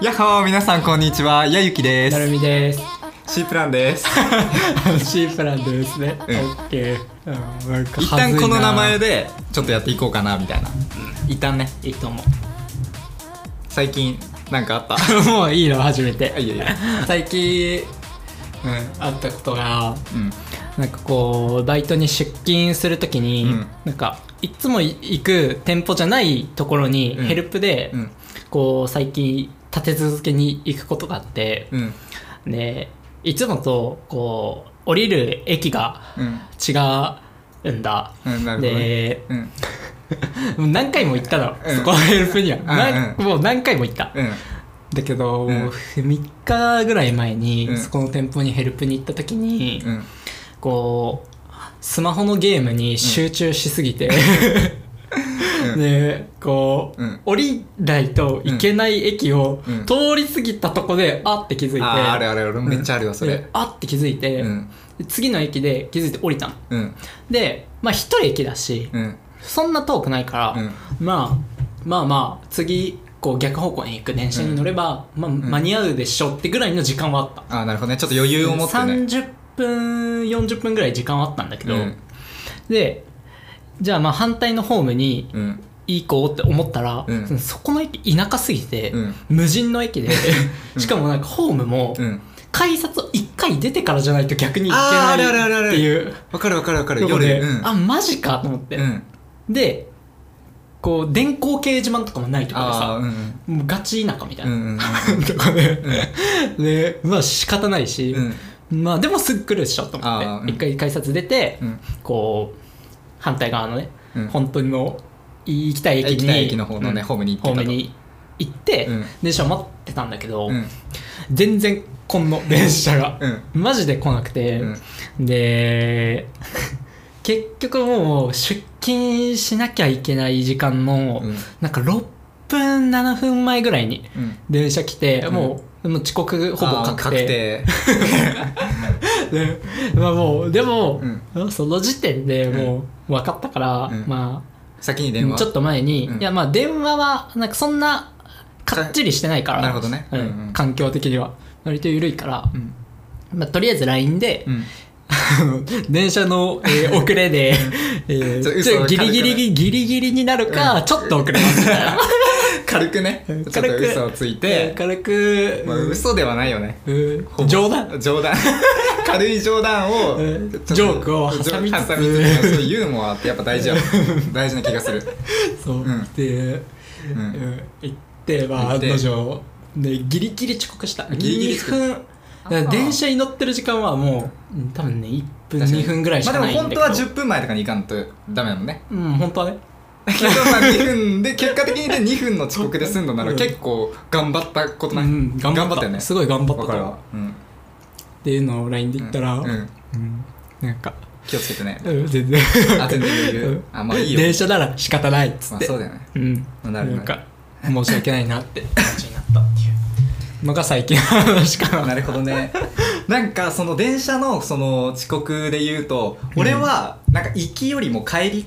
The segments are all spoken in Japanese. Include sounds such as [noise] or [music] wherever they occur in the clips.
やっほー皆さんこんにちはやゆきでなするみです。シープランですシープランドですね。オッケー。うんなん [laughs] か一旦この名前で。でちょっとやっていこうかなみたいな一旦ねいいと思最近なんかあっう。もういいの初めて。た [laughs] いやいや最近うあったことがんうんなんかこうバイトに出勤するときに、うんなんかいつも行く店舗じゃないところにうんヘルプで、うんこう最近立て続けに行くことがあって、うんでいつもとこう降りる駅がうん違うんだ。うんなるほどねでうんもう何回も行ったの、うんそこのヘルプには、んなうんもう何回も行った、うんだけど、うん3日ぐらい前に、うんそこの店舗にヘルプに行った時に、うんこうスマホのゲームに集中しすぎて、 [laughs] うんでこう、うん降りないといけない駅をうん通り過ぎたとこであって気づいて、あーあれあれ俺もめっちゃあるよそでれあって気づいて、うんで次の駅で気づいて降りたのうんでまあ1人駅だし、うんそんな遠くないから、うんまあまあまあ次こう逆方向に行く電車に乗れば、まあ、間に合うでしょってぐらいの時間はあった、あーなるほどねちょっと余裕を持ってね30分40分ぐらい時間はあったんだけうど、んでじゃあまあ反対のホームにうん行こうって思ったら、うんそのそこの駅田舎すぎて、うん無人の駅でうん [laughs] しかもなんかホームもうん改札を1回出てからじゃないと逆に行けあーあるあるあるあないるっていうわかるわかるわかるとこ夜で、うんあマジかと思って、うんでこう電光掲示板とかもないところでああさうんうんもうガチ田舎みたいうんな、うんとこで、 [laughs] でまあ仕方ないしう、んまあでもすぐ来るっしょと思って、あーうん一回改札出て、うんこう反対側のね、うん本当にもう行きたい駅に行きたい駅の方のねうんホームに行ってホたとームに行って、うん電車を待ってたんだけど、うん全然こんの電車が、うんマジで来なくて、で [laughs] 結局もう出勤しなきゃいけない時間の、うんなんか6分7分前ぐらいにうん電車来て、んもうもう遅刻ほぼあー確定確でまあも [laughs] うでも、その時点でうもう分かったから、うんま先にあ電話ちょっと前に、うんいやまあ電話はなんかそんなかっちりしてないからなるほどねうんうんうん環境的には割と緩いから、うんまあ、とりあえず LINE で、うんあの [laughs] 電車の、[laughs] えー遅れで、えーちょちょ嘘ギリギリギリギリギリになるか、ちょっと遅れま [laughs] すみたいな軽くねちょっと嘘をついえてー軽く、まあ嘘ではないよねうんほぼ冗談冗談軽い冗談をうんちょっとジョークを挟みつつ挟みつつそうユーモアってやっぱ大事よ大事な気がするそう、うんで、ううんん、行ってまあ行案っての定でギリギリ遅刻したギリギリ2遅刻分だから電車に乗ってる時間はもううん多分ね1確分かに2分ぐらいしまあかないんでだもけ本ど当は10分前とかに行かんとダメだもんねうん本当はねだけどまあ2分で結果的にね2分の遅刻で済んだならうん結構頑張ったことうないん頑張ったよねすごい頑張ったわとかる思うわうんっていうのを LINE で言ったら、うんうんうんなんか、気をつけてねうん、[laughs] 全然あ全然余う裕んあまあいいよ電車なら仕方ないっつまっあて、そうだよねうんなるほどんか申し訳ない [laughs] なって感じになったっていうのが最近の話かななるほどねなんかその電車のその遅刻で言うとうん俺はなんか行きよりも帰り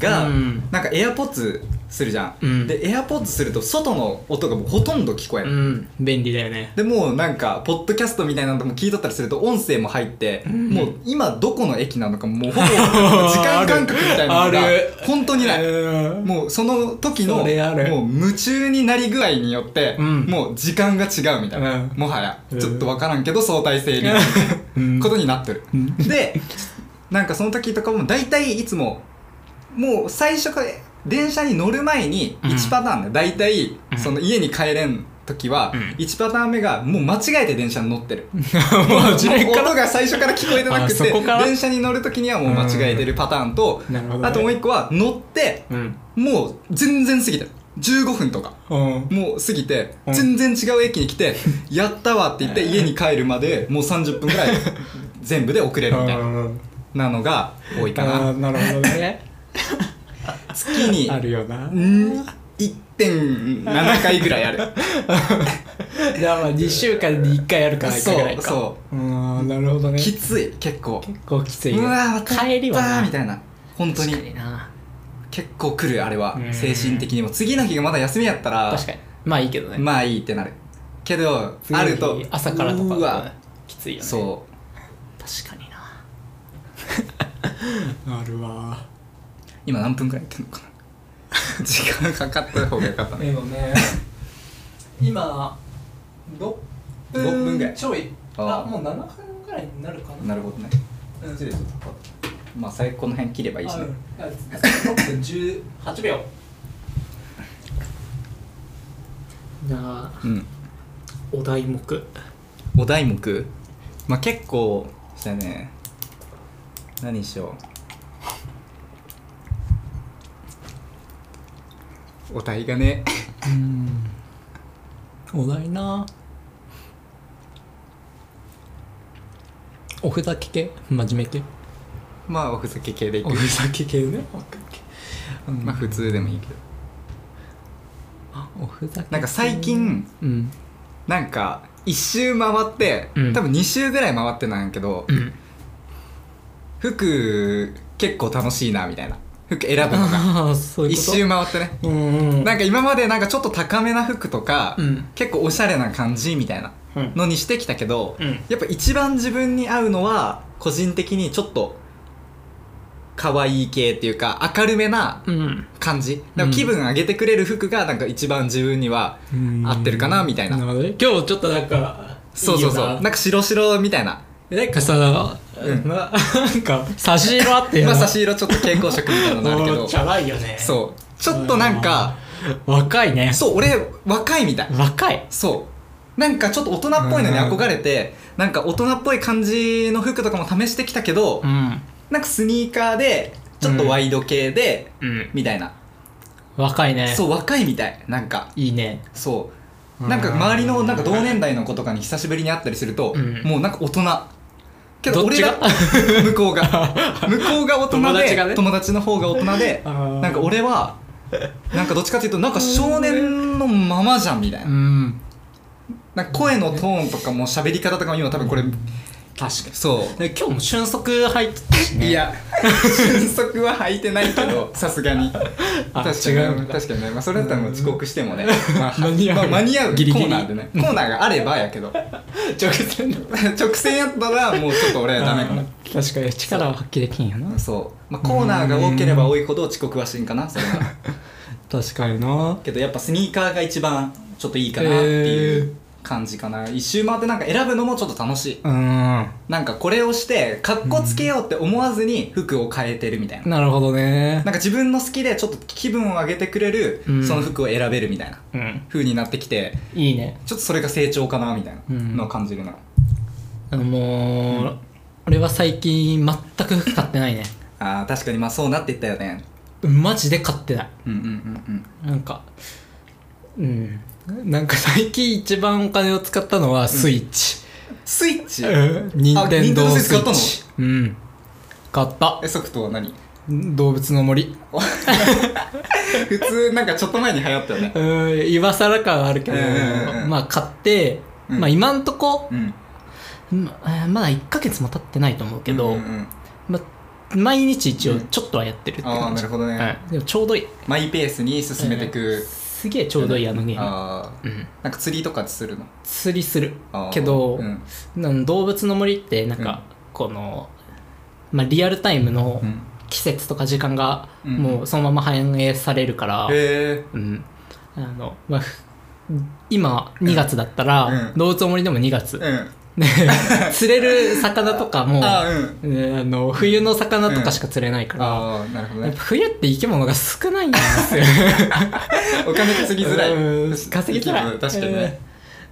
がうんなんかエアポッツするじゃん、うんでエアポッツすると外の音がもうほとんど聞こえうない、ん便利だよねでもうなんかポッドキャストみたいなのも聞いとったりすると音声も入って、んもう今どこの駅なのかもうほ [laughs] ぼ時間感覚みたいなのがある本当にないうんもうその時のもそうれある夢中になり具合によって、うんもう時間が違うみたいな、うんもはやうんちょっと分からんけど相対性理論みたいなことになってる、うんでなんかその時とかも大体いつももう最初から電車に乗る前にうん1パターンで、大体んその家に帰れん時はうん1パターン目がもう間違えて電車に乗ってる、 [laughs] もう自分から音が最初から聞こえてなくあそてこから電車に乗る時にはもう間違えてるパターンと、なるほどねあともう一個は乗ってうんもう全然過ぎた15分とかうんもう過ぎてうん全然違う駅に来 [laughs] て「やったわ」って言って家に帰るまでもう30分ぐ [laughs] らい全部で遅れるみたいななのが多いかあなーなるほどね [laughs] 月にあるよなん1.7回ぐらいあるじゃあまあ2週間に1回あるから1回ぐらいかそううんなるほどねき結つい結構構きついうよわー帰りはなみたいな本当確かににな結構来るあれはうん精神的にも次の日がまだ休みやったら確かにまあいいけどねまあいいってなるけど次のあ日ると朝からとうかわきついよねそ確かになあるわう今何分くらいやってんのか [laughs] な時間かかった方がよかったねでもね今6分六分ぐらいちょいあああもう7分ぐらいになるかななるほどねうん失礼しましたまあ最後この辺切ればいいしあねうんあ6分18秒じゃあうんお題目お題目まあ結構したね何しようお題がねうんお題なおふざけ系真面目系まあおふざけ系でいくふざけ系ねまあ普通でもいいけどおふざけなんか最近うんなんか1周回って、うん多分2周ぐらい回ってなんやけど、うん服結構楽しいなみたいな服選ぶのがああそういう1こと周回ってねうんうんなんか今までなんかちょっと高めな服とか、うん結構おしゃれな感じみたいなうんのにしてきたけど、うんやっぱ一番自分に合うのは個人的にちょっと可愛い系っていうか明るめなうん感じだから気分上げてくれる服がなんか一番自分には合ってるかなみたいななるほどね今日ちょっとなんかそうそうそういいよななんか白白みたいななんかさ、うんななんか差し色あってまあ差し色ちょっと蛍光色みたいなのがあるけもどうチャラいよねそうちょっとなんか若いねそう俺若いみたい若いそうなんかちょっと大人っぽいのに憧れてなんか大人っぽい感じの服とかも試してきたけどうんなんかスニーカーでちょっとワイド系でうんみたいな若いねそう若いみたいなんかいいねそうなんか周りのなんか同年代の子とかに久しぶりに会ったりすると、うんもうなんか大人けどどっ俺ちがが向こ [laughs] うが向こうが大人で友友達達がねの方が大人であーなんか俺はなんかどっちかっていうとなんか少年のままじゃんみたいうなんなんか声のトーンとかも喋り方とかも今多分これ確かにそで今日も俊足入ってたしうねいや俊足は履いてないけ [laughs] どさすがにあ確かに違うのか確かにね、まあ、それだったらもう遅刻しても [laughs] ね、まあ、間に合うまあ間に合うギリギリコーナーでねコーナーがあればやけど [laughs] 直線の直線やったらもうちょっと俺はダメかあなー確かに力は発揮できんよなそう、まあ、コーナーが多ければ多いほど遅刻はしんかなそれ [laughs] は確かになけどやっぱスニーカーが一番ちょっといいかなっていう感じかな、一周回ってなんか選ぶのもちょっと楽しいうんなんかこれをしてかっこつけようって思わずに服を変えてるみたいな、なるほどねなんか自分の好きでちょっと気分を上げてくれるうんその服を選べるみたいなうん風になってきていいねちょっとそれが成長かなみたいなのを感じるな、あのもう、俺は最近全く服買ってないねあー確かにまあそうなっていったよねマジで買ってないうんうんうんなんかうんなんか最近一番お金を使ったのはスイッチ、うんスイッチ任天堂あ任天堂スイッ Switch チうん買ったえソフトは何動物の森普通なんかちょっと前に流行ったよ [laughs] ねうん今更感はあるけど、うんうんうんまあ買って、うんまあ今んとこ、うんうんえーまだ1ヶ月も経ってないと思うけど、うんうんうんまあ、毎日一応ちょっとはやってるってああ感なじ、るほどね、はいでもちょうどいいマイペースに進めてく、すげえちょうどいいあのゲーム、あーうん、なんか釣りとかするの釣りするあーけど、うんなん動物の森ってなんか、この、まあ、リアルタイムのうん季節とか時間がうんもうそのまま反映されるから、うんへえあのまあ、ふ今2月だったら、うん動物の森でも2う月、んで [laughs] 釣れる魚とかもああうんうんあの冬の魚とかしか釣れないから、ああなるほどやっねぱ冬って生き物が少ないんですよお金稼ぎづらいうん稼ぎづらい確かにね、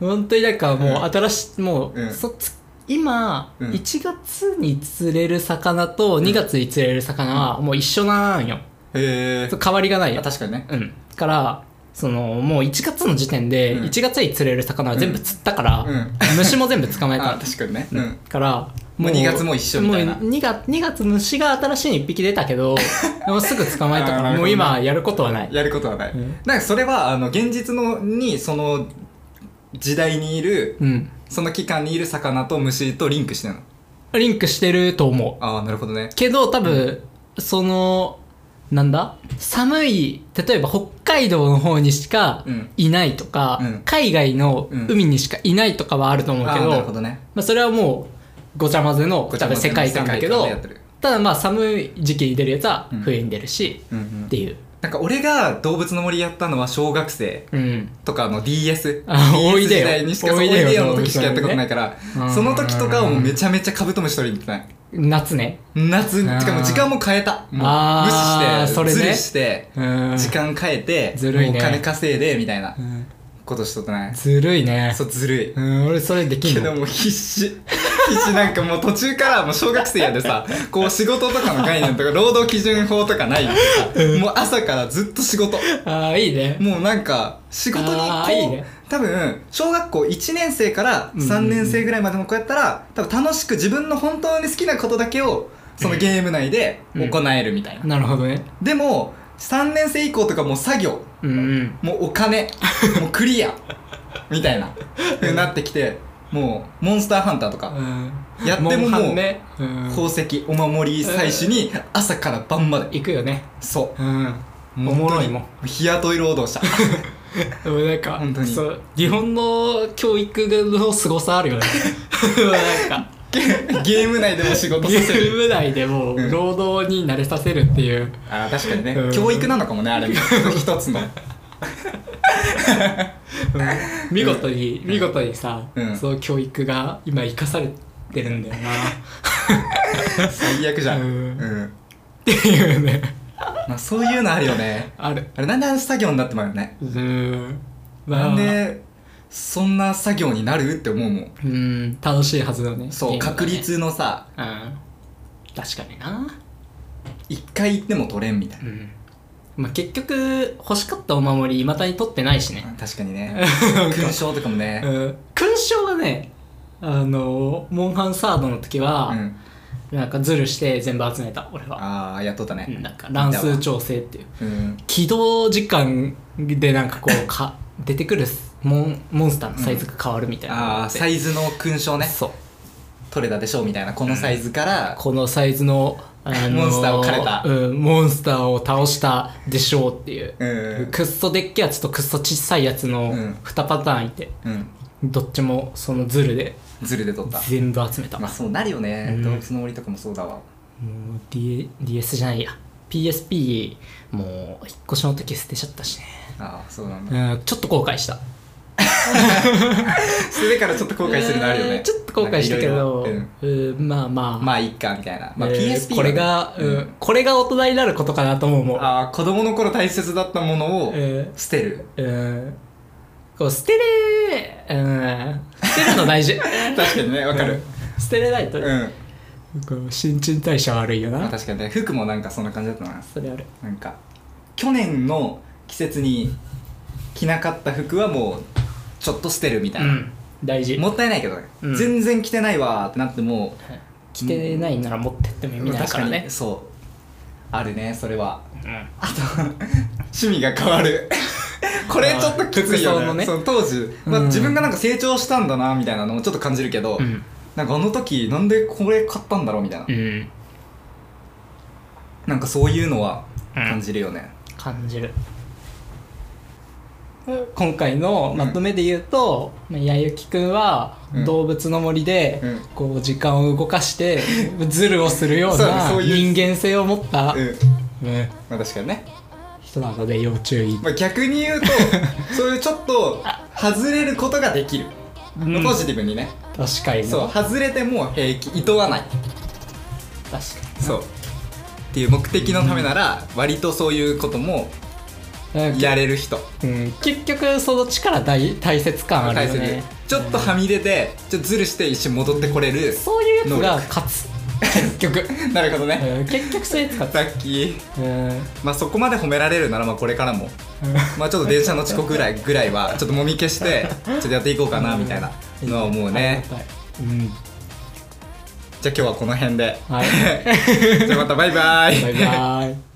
うん本当になんかもううん新しい、もう、うんそつ今、うん1月に釣れる魚と2月に釣れる魚はもう一緒なんよ、へえそう変わりがないよあ確かにねうんからそのもう1月の時点でうん1月に釣れる魚は全部釣ったから、うん虫も全部捕まえたあの確かにねうんからもう2月も一緒みたいなもう 2, 月2月虫が新しい1匹出たけ [laughs] どもうすぐ捕まえたかあーならるほもどうね今やることはないやることはない、うんなんかそれはあの現実のにその時代にいるうんその期間にいる魚と虫とリンクしてるのリンクしてると思うああなるほどねけど多分、そのなんだ寒い例えば北海道の方にしかうんいないとか、うん海外の海にしかいないとかはあると思うけあど,、ーなるほどねまあ、それはもうごちゃ混ぜのごち多ゃ混分ぜ世の界観だけど世界観でやってるただまあ寒い時期に出るやつは冬に出るし、うんうんっていうなんか俺が動物の森やったのは小学生うんとかの DS あ DS おいでよ時代にしかそうおおいいでよでよの時しかやったことないからうんその時とかはもうめちゃめちゃカブトムシ取りに行ってない夏ね夏あーしかも時間も変えたもう無あー視してそれねズルしてうん時間変えてずるいねもうお金稼いでみたいなうんことしとってないずるいねそうずるいうん俺それできけんどのもう必死必死なんかもう途中からもう小学生やでさこう仕事とかの概 [laughs] 念とか労働基準法とかないでさもう朝からずっと仕事ああいいねもうなんか仕事にあこーういいね多分小学校1年生から3年生ぐらいまでの子やったら多分楽しく自分の本当に好きなことだけをそのゲーム内で行えるみたいな、なるほどねでも3年生以降とかもう作業うんうんもうお [laughs] 金もうクリアみたいな風になってきてもうモンスターハンターとかやってもモもンハうンね、うん宝石お守り採取に朝から晩まで行くよねそうんうおもろいもん本当に日雇い労 [laughs] 働者でもなんか本当にそう日本の教育の凄さある [laughs] よねなんかゲーム内でも仕事ゲさせるーム内でもううん労働に慣れさせるっていうあー確かにね、うん教育なのかもね [laughs] あれ一つの見事に、見事にさ、うんその教育が今生かされてるんだよ [laughs] な最悪じゃん、ううんんっていうねまあ、そういうのあるよねあるあれなんであの作業になってまうよねうんまあなんでそんな作業になるって思うもんうん楽しいはずだねそう、ゲームが確ね率のさうん確かにな一回行っても取れんみたいうな、んまあ結局欲しかったお守りいまだに取ってないしね確かにね [laughs] 勲章とかもね、うん勲章はねあのモンハンサードの時うは、ん、なんかズルして全部集めた俺は、ああやっとったねうんなんか乱数調整っていううん起動時間でなんかこう [laughs] か出てくるモンモンスターのサイズが変わるみたいなのがああってサイズの勲章ねそう取れたでしょうみたいなこのサイズから、このサイズの、あのモンスターを狩れたうん、モンスターを倒したでしょうっていう、うんくっそでっけえやつとくっそ小さいやつのうん2パターンいて、うん、どっちもそのズルでズルで取った全部集めた、まあそうなるよね、うん動物の森とかもそうだわもう、D、DS じゃないや PSP もう引っ越しの時捨てちゃったしね、ああそうなんだうん、ちょっと後悔したそれからちょっと後悔するのあるよね、うんちょっと後悔したけなどんかいろいろうんまあまあ、うんまあいいかみたいな、まあ、え PSP ーはねこれが、うんこれが大人になることかなと思うもうあー子供の頃大切だったものをえ捨てる、うんこう捨てれ、うん、捨てるの大事確かにねわかる捨てれないと、うん、こう新陳代謝悪いよまあ、な確かにね服もなんかそんな感じだったなそれあるなんか去年の季節に着なかった服はもうちょっと捨てるみたういな、ん大事もったいないけどね、うん全然着てないわーってなっても着てないなら持ってっても意味ないからね、そうあるねそれはうんあと [laughs] 趣味が変わる [laughs] これちょっときつい服よ装のねねその当時、まあうん自分がなんか成長したんだなみたいなのもちょっと感じるけど、うんなんかあの時なんでこれ買ったんだろうみたいな、うんなんかそういうのは感じるよね、感じる今回のまとめで言うと、まあやゆきくんはうん動物の森で、うんこう時間を動か [laughs] してズルをするようそうなそうい人う間性を持った、うん、ねまあ確かにね、人なので要注意、まあ、逆に [laughs] 言うとそういうちょっと外れることができる、うんポジティブにね確かにねそう外れても平気いとわない確かそうっていう目的のためなら割とそういうこともになんかやれる人うん、結局その力大大切感あ大る切よねちょっとはみ出てちょっとズルして一瞬戻ってこれるそういうやつが [laughs] 勝つ結局、なるほどねうん、結局そういうやつ勝さっき [laughs] つ、うんまあそこまで褒められるならまあこれからもまあちょっと電車の遅刻ぐらいぐらいはちょっともみ消 [laughs] してちょっとやっていこうかなみたいなのは思うねありがたいうんじゃあ今日はこの辺ではいじゃあまたバイバイバイバイ